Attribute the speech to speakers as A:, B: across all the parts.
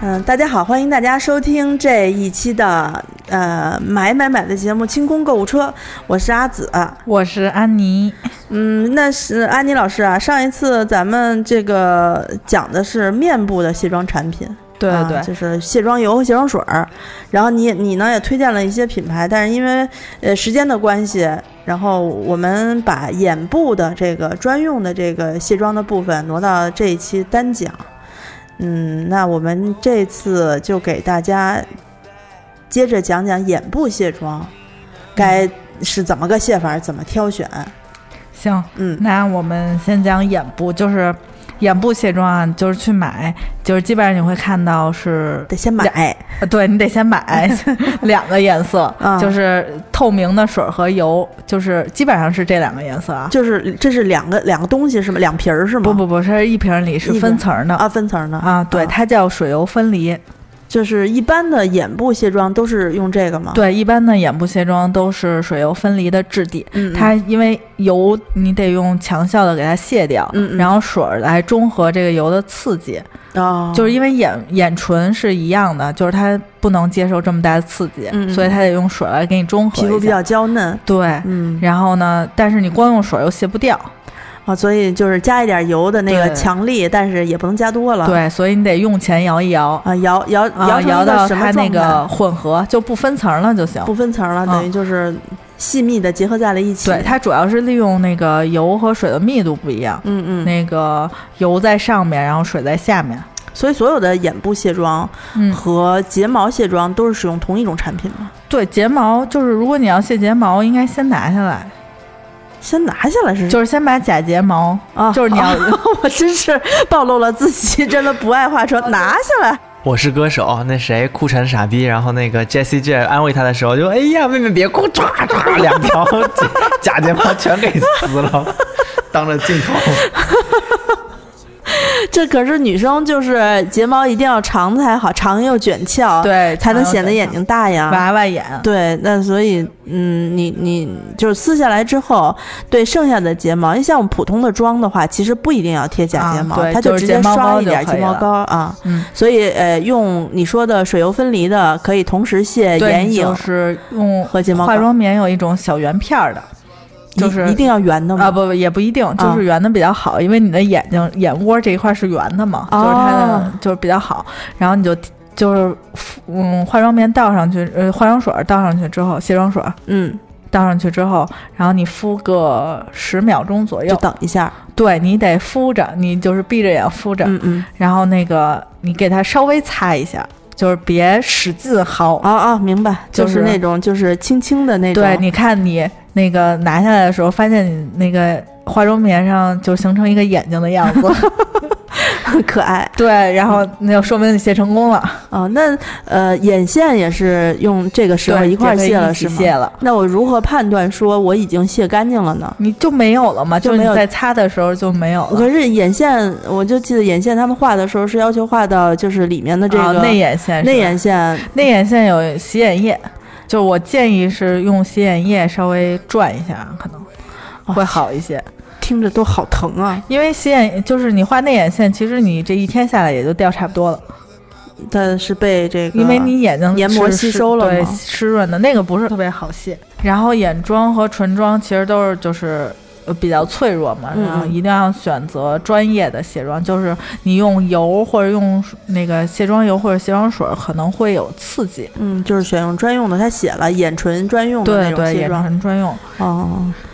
A: 嗯，大家好，欢迎大家收听这一期的呃买买买的节目《清空购物车》，我是阿紫。
B: 我是安妮，
A: 嗯，那是安妮老师啊，上一次咱们这个讲的是面部的卸妆产品，
B: 对
A: 啊
B: 对
A: 就是卸妆油和卸妆水儿。然后你也你呢也推荐了一些品牌，但是因为呃时间的关系，然后我们把眼部的这个专用的这个卸妆的部分挪到这一期单讲。嗯，那我们这次就给大家接着讲讲眼部卸
B: 嗯
A: 妆该是怎么个卸法，怎么挑选。
B: 行，
A: 嗯，
B: 那我们先讲眼部，就是眼部卸妆啊，就是去买，就是基本上你会看到是，
A: 得先买。
B: 呃对你得先买 两个颜色，
A: 嗯
B: 就是透明的水和油，就是基本上是这两个颜色啊。
A: 就是这是两个两个东西是吗？两瓶儿是吗？
B: 不不不是一瓶里是
A: 一瓶嗯
B: 分层的
A: 啊，分层的，
B: 啊，对，
A: 啊
B: 它叫水油分离。
A: 就是一般的眼部卸妆都是用这个吗？
B: 对，一般的眼部卸妆都是水油分离的质地，
A: 嗯，嗯
B: 它因为油你得用强效的给它卸掉，
A: 嗯嗯
B: 然后水儿来中和这个油的刺激，
A: 哦，
B: 就是因为眼眼唇是一样的，就是它不能接受这么大的刺激，
A: 嗯嗯
B: 所以它得用水来给你中和
A: 皮肤
B: 一
A: 比
B: 下
A: 较娇嫩，
B: 对。
A: 嗯
B: 然后呢，但是你光用水又卸不掉，
A: 啊，所以就是加一点油的那个
B: 对
A: 强力，但是也不能加多了。
B: 对，所以你得用前摇一摇，
A: 啊，摇摇
B: 啊，
A: 成
B: 摇
A: 一个
B: 到
A: 什么
B: 它
A: 状态
B: 那个混合就不分层了就行。
A: 不分层了，
B: 啊
A: 等于就是细密的结合在了一起。
B: 对，它主要是利用那个油和水的密度不一样，
A: 嗯嗯，
B: 那个油在上面，然后水在下面。
A: 所以所有的眼部卸妆
B: 嗯，
A: 和睫毛卸妆都是使用同一种产品吗？
B: 对，睫毛就是如果你要卸睫毛，应该先拿下来，
A: 先拿下来是
B: 就是先把假睫毛，
A: 啊，
B: 就是你要、
A: 我真是暴露了自己，真的不爱化
B: 啊
A: 妆，拿下来。
C: 我是歌手，那谁酷成傻逼，然后那个 Jessie J 安慰他的时候就哎呀，妹妹别哭，唰唰两 条假假睫毛全给撕了，当着镜头。
A: 这可是女生，就是睫毛一定要长才好，长又卷翘，，
B: 对，
A: 才能显得眼
B: 睛。
A: 睛大呀。
B: 娃娃眼。
A: 对，那所以，嗯，你你就是撕下来之后，对剩下的睫毛，因为像我们普通的妆的话，其实不一定要贴假睫毛，
B: 啊对
A: 它
B: 就是
A: 直接
B: 睫毛膏
A: 刷一
B: 就
A: 点
B: 可以
A: 睫毛
B: 了
A: 膏啊。
B: 嗯，
A: 所以，呃，用你说的水油分离的，可以同时卸
B: 对，
A: 眼
B: 你
A: 影
B: 就是用
A: 和睫毛膏
B: 化，妆棉有一种小圆片儿的，
A: 一
B: 就是
A: 一定要圆的吗？
B: 啊不不也不一定，
A: 嗯
B: 就是圆的比较好，因为你的眼睛眼窝这一块是圆的嘛，就是它
A: 哦
B: 的就是比较好，然后你就就是嗯化妆棉倒上去，呃化妆水倒上去之后，卸妆水
A: 嗯，
B: 倒上去之后，然后你敷个十秒钟左
A: 就
B: 右，
A: 等一下，
B: 对你得敷着，你就是闭着眼敷着，
A: 嗯嗯，
B: 然后那个你给它稍微擦一下，就是别使劲薅。
A: 哦哦，明白，就
B: 就是
A: 是那种就是轻轻的那种，
B: 对，你看你那个拿下来的时候，发现你那个化妆棉上就形成一个眼睛的样 子。
A: 可爱
B: 对，然后那就说明你卸成功了，
A: 哦。那呃，眼线也是用这个时候
B: 对
A: 一块儿
B: 就可以
A: 卸了
B: 一
A: 是
B: 起
A: 吗？
B: 卸了，
A: 那我如何判断说我已经卸干净了呢？
B: 你就没有了嘛？
A: 就
B: 就
A: 没
B: 是
A: 有
B: 你在擦的时候就没有了。
A: 可是眼线，我就记得眼线他们画的时候是要求画到就是里面的这
B: 啊
A: 个
B: 内眼线是吧，
A: 内眼线，
B: 内眼线有洗眼液，就我建议是用洗眼液稍微转一下，可能会好一些。
A: 听着都好疼啊！
B: 因为洗眼就是你画内眼线，其实你这一天下来也就掉差不多了，
A: 但是被这个
B: 因为你眼睛
A: 研磨
B: 是
A: 嗯吸
B: 湿
A: 收了
B: 对
A: 吗
B: 湿润的那个不是特别好卸。然后眼妆和唇妆其实都是就是。呃比较脆弱嘛，
A: 嗯嗯
B: 然后一定要选择专业的卸妆，就是你用油或者用那个卸妆油或者卸妆水，可能会有刺激。
A: 嗯，就是选用专用的，他写了眼唇专用的
B: 对
A: 那种
B: 对，
A: 卸
B: 眼
A: 妆
B: 唇专用。
A: 哦，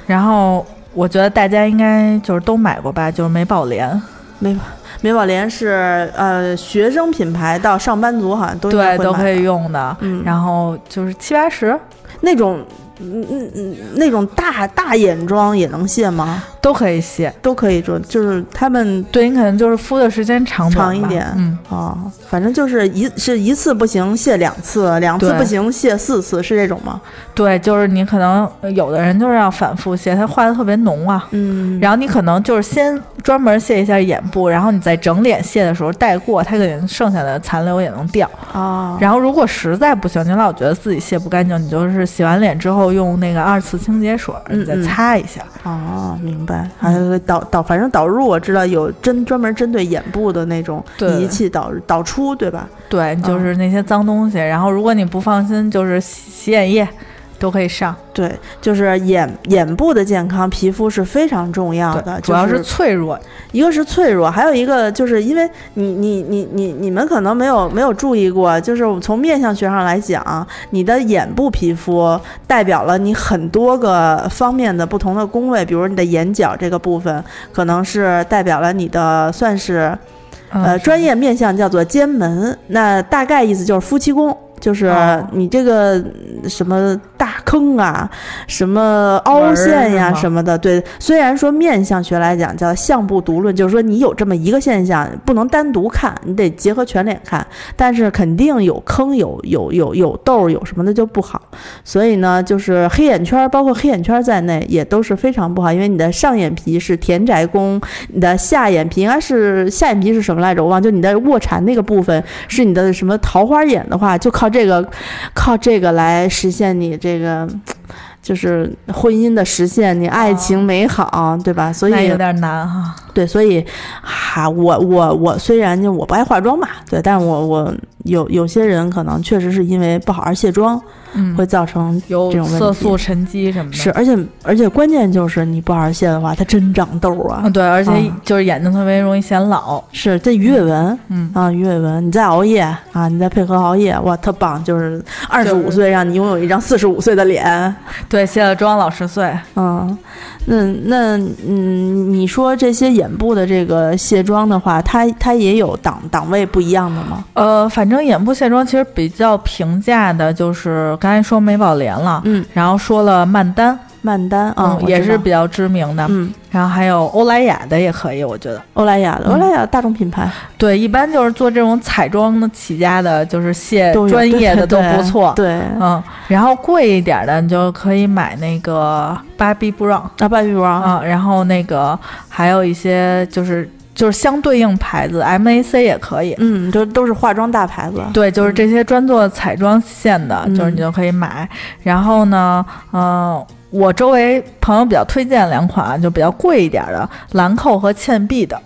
B: 然后我觉得大家应该就是都买过吧，就是美宝莲，
A: 美宝莲是呃学生品牌到上班族好像都应该
B: 对，
A: 会
B: 都
A: 买
B: 可以
A: 的
B: 用的。
A: 嗯，
B: 然后就是七八十
A: 那种嗯嗯嗯那种大大眼妆也能卸吗？
B: 都可以卸，
A: 都可以做，就是他们
B: 对你可能就是敷的时间长短吧
A: 长一点
B: 嗯，
A: 哦，反正就是一是一次不行卸两次，两次
B: 对
A: 不行卸四次，是这种吗？
B: 对，就是你可能呃有的人就是要反复卸，它画的特别浓啊。
A: 嗯
B: 然后你可能就是先专门卸一下眼部，然后你在整脸卸的时候带过，它肯定剩下的残留也能掉。
A: 后哦，
B: 然后如果实在不行，你老觉得自己卸不干净，你就是洗完脸之后用那个二次清洁水，
A: 嗯
B: 你再
A: 嗯
B: 擦一下。
A: 哦，明白。白，还有导导，反正导入我知道有针专门针对眼部的那种
B: 对
A: 仪器导导出，对吧？
B: 对，
A: 嗯
B: 就是那些脏东西。然后如果你不放心，就是洗洗眼液都可以上。
A: 对，就是眼眼部的健康，皮肤是非常重要的，
B: 对，主要
A: 就是
B: 脆弱。
A: 一个是脆弱，还有一个就是因为你你你你你们可能没有没有注意过，就是我们从面相学上来讲，你的眼部皮肤代表了你很多个方面的不同的宫位，比如你的眼角这个部分，可能是代表了你的算是呃
B: 嗯，
A: 专业面相叫做肩门，那大概意思就是夫妻宫。就是
B: 哦
A: 你这个什么大坑啊，什么凹陷呀、
B: 纹儿是吗
A: 什么的，对。虽然说面相学来讲叫相不独论，就是说你有这么一个现象，不能单独看，你得结合全脸看。但是肯定有坑，有有有有痘儿，有什么的就不好。所以呢，就是黑眼圈儿，包括黑眼圈儿在内，也都是非常不好，因为你的上眼皮是田宅宫，你的下眼皮应该是下眼皮是什么来着？我忘，就你的卧蚕那个部分是你的什么桃花眼的话，就靠这个，靠这个来实现你这个。就是婚姻的实现，你爱情美好，对吧？所以
B: 嗯那有点难哈。
A: 对，所以哈、我我我虽然就我不爱化妆嘛，对，但是我我有有些人可能确实是因为不好好卸妆，
B: 嗯，
A: 会造成
B: 有
A: 这种问
B: 色
A: 题
B: 素沉积什么的。
A: 是，而且而且关键就是你不好好卸的话，它真长痘儿啊
B: 啊，！对，而且
A: 啊
B: 就是眼睛特别容易显老。
A: 是这鱼尾纹
B: 嗯，
A: 啊，鱼尾纹，你再熬夜啊，你再配合熬夜，哇，特棒！就是二十
B: 就
A: 五
B: 是
A: 岁让你拥有一张四十五岁的脸，
B: 对，卸了妆老十岁。
A: 嗯，那那嗯，你说这些眼部的这个卸妆的话，它它也有档档位不一样的吗？
B: 呃，反正眼部卸妆其实比较平价的，就是刚才说美宝莲了，
A: 嗯，
B: 然后说了曼丹，
A: 曼丹啊，
B: 嗯，
A: 我
B: 也
A: 知
B: 是
A: 道
B: 比较知名的，
A: 嗯，
B: 然后还有欧莱雅的也可以，我觉得。
A: 欧莱雅的，
B: 嗯
A: 欧莱雅大众品牌，
B: 对，一般就是做这种彩妆的起家的，就是卸
A: 都有
B: 专业的
A: 对
B: 都
A: 对
B: 不错。
A: 对，
B: 嗯，然后贵一点的，你就可以买那个芭比布朗
A: 啊，半玉王，
B: 啊，然后那个还有一些就是就是相对应牌子，MAC 也可以。
A: 嗯，就都是化妆大牌子，
B: 对，就是这些专做彩妆线的，
A: 嗯
B: 就是你就可以买。然后呢，嗯、我周围朋友比较推荐两款，啊就比较贵一点的，兰蔻和倩碧的。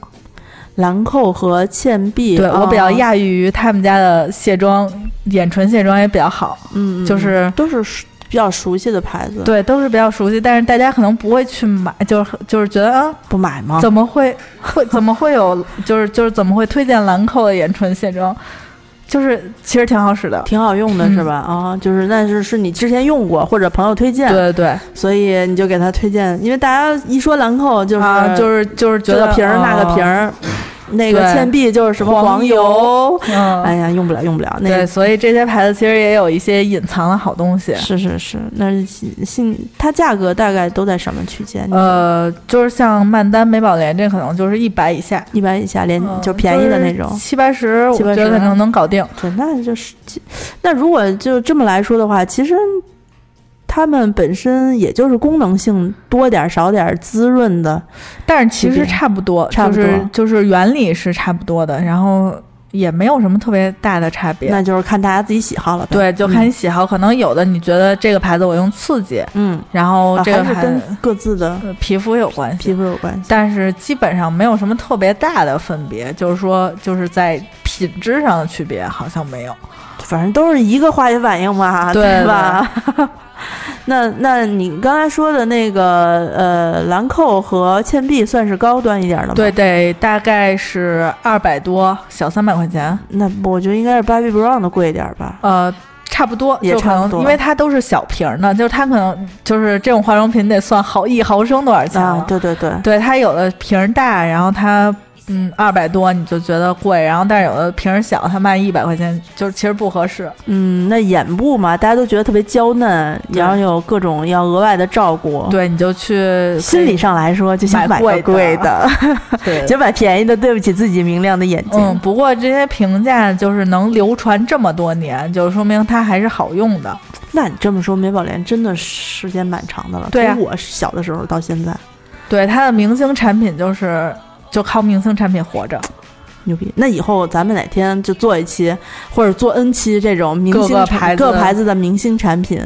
A: 兰蔻和倩碧，
B: 对、
A: 啊
B: 我比较，讶异于他们家的卸妆，眼唇卸妆也比较好，
A: 嗯，嗯
B: 就是
A: 嗯都是熟比较熟悉的牌子，，
B: 对，都是比较熟悉，但是大家可能不会去买，就是就是觉得啊，
A: 不买吗？
B: 怎么会会怎么会有，就是就是怎么会推荐兰蔻的眼唇卸妆，就是其实挺好使的。
A: 挺好用
B: 嗯
A: 的是吧？啊，就是那是是你之前用过或者朋友推荐，
B: 对对，
A: 所以你就给他推荐，因为大家一说兰蔻就是
B: 啊，就是是就是觉
A: 这
B: 得啊
A: 个瓶儿那个瓶
B: 儿，
A: 儿，那个
B: 对
A: 倩碧就是什么
B: 黄
A: 黄油，
B: 嗯，
A: 哎呀，用不了用不了，那
B: 对，
A: 个
B: 所以这些牌子其实也有一些隐藏的好东西。
A: 是是是，那性性它价格大概都在什么区间？
B: 呃，就是像曼丹、美宝莲，这可能就是一百以下，
A: 一百以下连
B: 嗯
A: 就便宜的那种，
B: 七八十，我
A: 70-80
B: 觉得可能能搞定。
A: 对，那就是那如果就这么来说的话，其实它们本身也就是功能性多点儿少点儿滋润的，
B: 但是其
A: 对
B: 实差不多，
A: 差不
B: 就
A: 多
B: 是就是原理是差不多的，然后也没有什么特别大的差别。
A: 那就是看大家自己喜好了呗。
B: 对，就看你喜好，可能有的你觉得这个牌子我用刺激，
A: 嗯，
B: 然后
A: 啊
B: 哦这个
A: 还是
B: 牌子、
A: 跟各自的
B: 呃皮肤有关系，
A: 皮肤有关系。
B: 但是基本上没有什么特别大的分别，就是说就是在品质上的区别好像没有。
A: 反正都是一个化学反应嘛，
B: 对对
A: 吧？ 那那你刚才说的那个呃，兰蔻和倩碧算是高端一点的吗？
B: 对，，得大概是二百多，小三百块钱，
A: 那我觉得应该是 Bobbi Brown 的贵一点儿吧。
B: 呃，差不多，
A: 也
B: 就可能
A: 差不多
B: 因为它都是小瓶儿的，就是它可能就是这种化妆品得算毫一毫升多少钱了
A: 啊，对对对，
B: 对它有的瓶儿大，然后它。嗯，二百多你就觉得贵，然后但是有的瓶儿小，它卖一百块钱，就是其实不合适。
A: 嗯，那眼部嘛，大家都觉得特别娇嫩，
B: 对
A: 然后有各种要额外的照顾。，
B: 对，你就去
A: 哦心理上来说就想
B: 买
A: 个
B: 贵
A: 贵的，
B: 对，
A: 就买便宜的，对不起自己明亮的眼睛。
B: 嗯，不过这些评价就是能流传这么多年，就说明它还是好用的。
A: 那你这么说，美宝莲真的时间蛮长的了，
B: 对啊
A: 从我小的时候到现在，
B: 对，它的明星产品就是就靠明星产品活着。
A: 牛逼。那以后咱们哪天就做一期，或者做 N 期这种明星
B: 各个
A: 产
B: 牌子
A: 各
B: 的
A: 牌子的明星产品。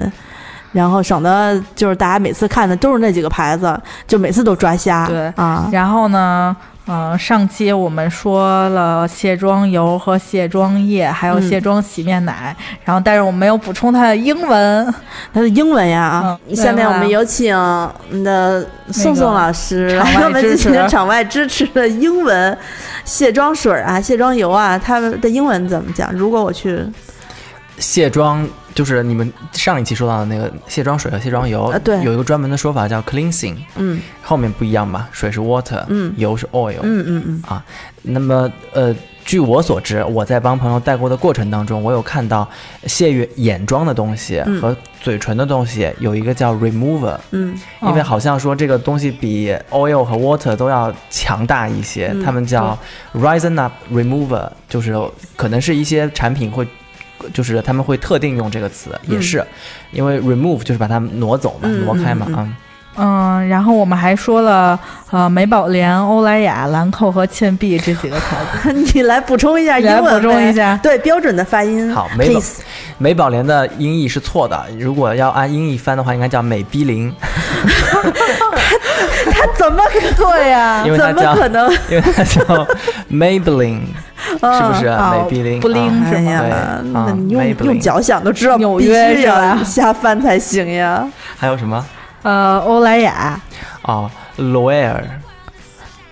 A: 然后省得就是大家每次看的都是那几个牌子，就每次都抓瞎。
B: 对
A: 啊，
B: 然后呢，嗯、上期我们说了卸妆油和卸妆液，还有
A: 嗯
B: 卸妆洗面奶，然后但是我没有补充它的英文。
A: 它的英文呀。
B: 嗯
A: 下面
B: 对
A: 我
B: 吧
A: 们有请我们的宋宋老师 来
B: 那个
A: 给我们进行
B: 场外支持
A: 场外支持的英文卸妆水啊、卸妆油啊，它的英文怎么讲？如果我去，
C: 卸妆就是你们上一期说到的那个卸妆水和卸妆油，
A: 啊对
C: 有一个专门的说法叫 cleansing，
A: 嗯
C: 后面不一样吧？水是 water，
A: 嗯
C: 油是 oil，
A: 嗯嗯嗯，
C: 那么，呃，据我所知，我在帮朋友代购的过程当中，我有看到卸眼眼妆的东西
A: 嗯
C: 和嘴唇的东西有一个叫 remover，、
A: 嗯
C: 因为
B: 哦
C: 好像说这个东西比 oil 和 water 都要强大一些，
A: 嗯
C: 他们叫 risen up remover，就是可能是一些产品会。就是他们会特定用这个词，也
A: 嗯
C: 是、因为 remove 就是把它挪走嘛，
A: 嗯
C: 挪开嘛
A: 嗯嗯
C: 啊、
B: 嗯，然后我们还说了，呃，美宝莲、欧莱雅、兰蔻和倩碧这几个牌子，
A: 你来补充一下英
B: 来
A: 文
B: 补
A: 呗，
B: 充一下
A: 对标准的发音。
C: 好没
A: p l
C: 懂
A: e a s
C: 美宝莲的音译是错的，如果要按音译翻的话，应该叫美逼灵。
A: e 他怎么可
B: 对呀、
C: 因为它
A: 怎么
C: 叫
A: 可能？
C: 因为它叫 Maybelline，是不是？
B: 哦
C: 美碧琳，
B: 不灵
C: 啊
A: 哎
B: 是
A: 呀，
C: 对
A: 那
C: 啊
A: 你用
C: Maybelline
A: 用脚想都知道，
B: 纽
A: 必
B: 约
A: 须
B: 是吧
A: 要瞎翻才行呀。
C: 还有什么？
B: 呃，欧莱雅，
C: 哦，Loewe。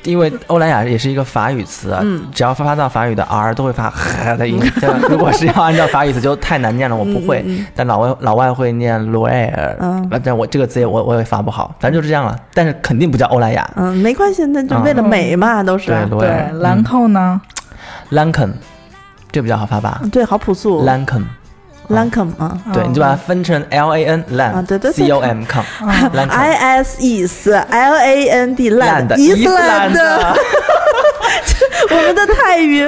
C: 因为欧莱雅也是一个法语词，啊
A: 嗯
C: 只要发发到法语的 r 都会发呵的音。对吧如果是要按照法语词，就太难念了，我不会。
A: 嗯嗯嗯
C: 但老外老外会念 Loewe，、
A: 嗯
C: 但我这个词也我我也发不好，反正就是这样了。但是肯定不叫欧莱雅，
A: 嗯，没关系，那就为了美嘛，都是
C: 啊对
B: 对
C: ，Loewe，，
B: 兰蔻呢？嗯
C: Lancome，这比较好发吧
A: 对，好朴素
C: l a n c o m
A: ，Lancome 啊
C: 对，你就把它分成 L A N
A: 啊
C: lan，
A: 对对对哦
C: c O M com lan
A: ，I S E S L A N D
C: 烂
A: Land
C: 的
A: 伊
C: 伊
A: 斯
C: 斯
A: 兰
C: 兰
A: 的，
C: 的，
A: 我们的泰语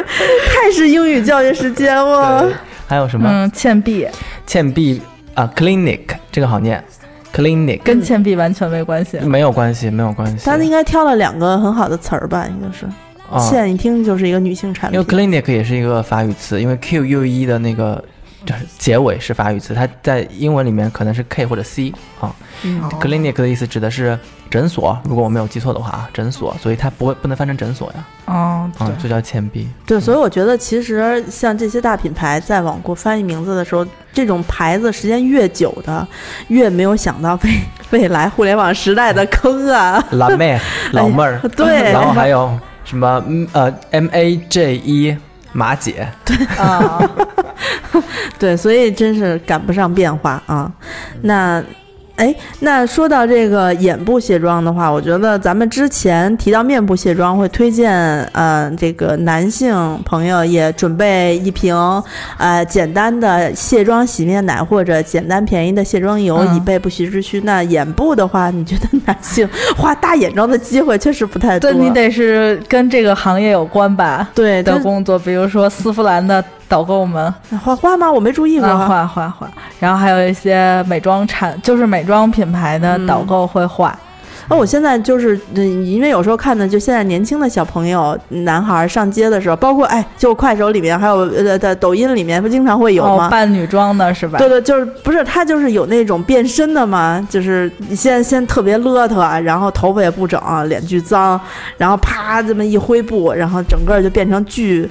A: 泰式英语教学时间哦
C: 对，还有什么
B: 嗯，倩碧
C: 倩碧啊 clinic 这个好念 clinic
B: 跟倩碧完全没关系。
C: 没有关系，没有关系。
A: 他应该挑了两个很好的词儿吧，应该是
C: 啊
A: 倩一听就是一个女性产
C: 因为
A: 品，
C: clinic 也是一个法语词，因为 Q U E 的那个就是结尾是法语词，它在英文里面可能是 K 或者 C 啊。
A: 嗯
C: clinic 的意思指的是诊所，如果我没有记错的话啊，诊所，所以它不会不能翻成诊所呀，
B: 哦，对
C: 啊，，就叫倩碧。
A: 对，所以我觉得其实像这些大品牌在往过翻译名字的时候，这种牌子时间越久的，越没有想 到未未来互联网时代的坑 啊。
C: 辣 妹、老妹儿，
A: 对
C: 然后还有什么嗯呃 M A J E 马姐，
B: 啊，
A: 对，所以真是赶不上变化啊。
B: 嗯
A: 那，哎，那说到这个眼部卸妆的话，我觉得咱们之前提到面部卸妆，会推荐呃这个男性朋友也准备一瓶呃简单的卸妆洗面奶或者简单便宜的卸妆油，
B: 嗯
A: 以备不时之需。那眼部的话，你觉得男性花大眼妆的机会确实不太多。
B: 对你得是跟这个行业有关吧
A: 对
B: 的
A: 但
B: 工作，比如说丝芙兰的导购们，
A: 花花吗？我没注意过。
B: 啊，画画画，然后还有一些美妆产，就是美妆品牌的导购会画，
A: 那我现在就是，嗯，因为有时候看的，就现在年轻的小朋友、男孩儿上街的时候，包括哎，就快手里面，还有呃的抖音里面，不经常会有
B: 哦
A: 吗？，
B: 扮女装的是吧？
A: 对对，就是不是他就是有那种变身的嘛，就是你先先特别邋遢，然后头发也不整，脸巨脏，然后啪这么一挥布，然后整个就变成巨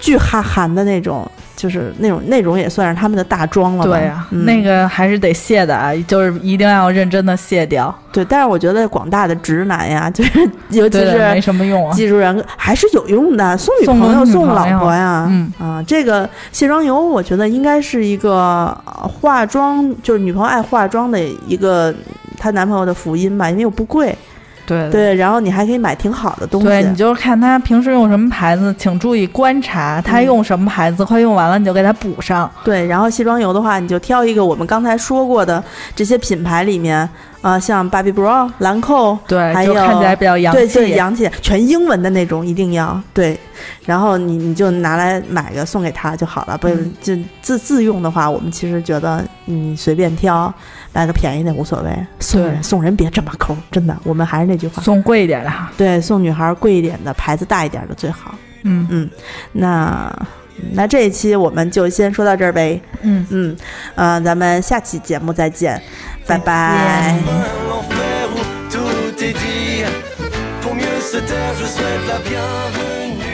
A: 巨哈韩的那种，就是那种那种也算是他们的大妆了吧？
B: 对呀、
A: 嗯、
B: 那个还是得卸的啊，就是一定要认真的卸掉，
A: 对，但是我觉得广大的直男呀，就是 尤其
B: 对
A: 是
B: 的，没什么用啊。
A: 技术人还是有用的，送女
B: 送
A: 朋友、
B: 女
A: 送
B: 朋
A: 老
B: 友
A: 婆呀，
B: 嗯
A: 啊，这个卸妆油我觉得应该是一个呃化妆，就是女朋友爱化妆的一个她男朋友的福音吧，因为又不贵，
B: 对对
A: 对，然后你还可以买挺好的东西，
B: 嗯对，你就是看他平时用什么牌子，请注意观察他
A: 嗯
B: 用什么牌子，快用完了你就给他补上。
A: 对，然后卸妆油的话，你就挑一个我们刚才说过的这些品牌里面，啊、像 Bobbi Brown、兰蔻，
B: 对
A: 还，
B: 就
A: 有
B: 看起来比较洋
A: 对
B: 气。
A: 对，洋气，全英文的那种一定要对，然后你你就拿来买个送给他就好了，不、
B: 嗯
A: 就自自用的话，我们其实觉得你随便挑，买个便宜的无所谓，送人送人别这么抠，真的，我们还是那句话，
B: 送贵一点的哈。
A: 对，送女孩贵一点的，牌子大一点的最好。
B: 嗯
A: 那那这一期我们就先说到这儿呗，
B: 嗯，
A: 嗯，呃，咱们下期节目再见，拜拜。
D: l'enfer où tout est dit. Pour mieux se taire, je souhaite la bienvenue.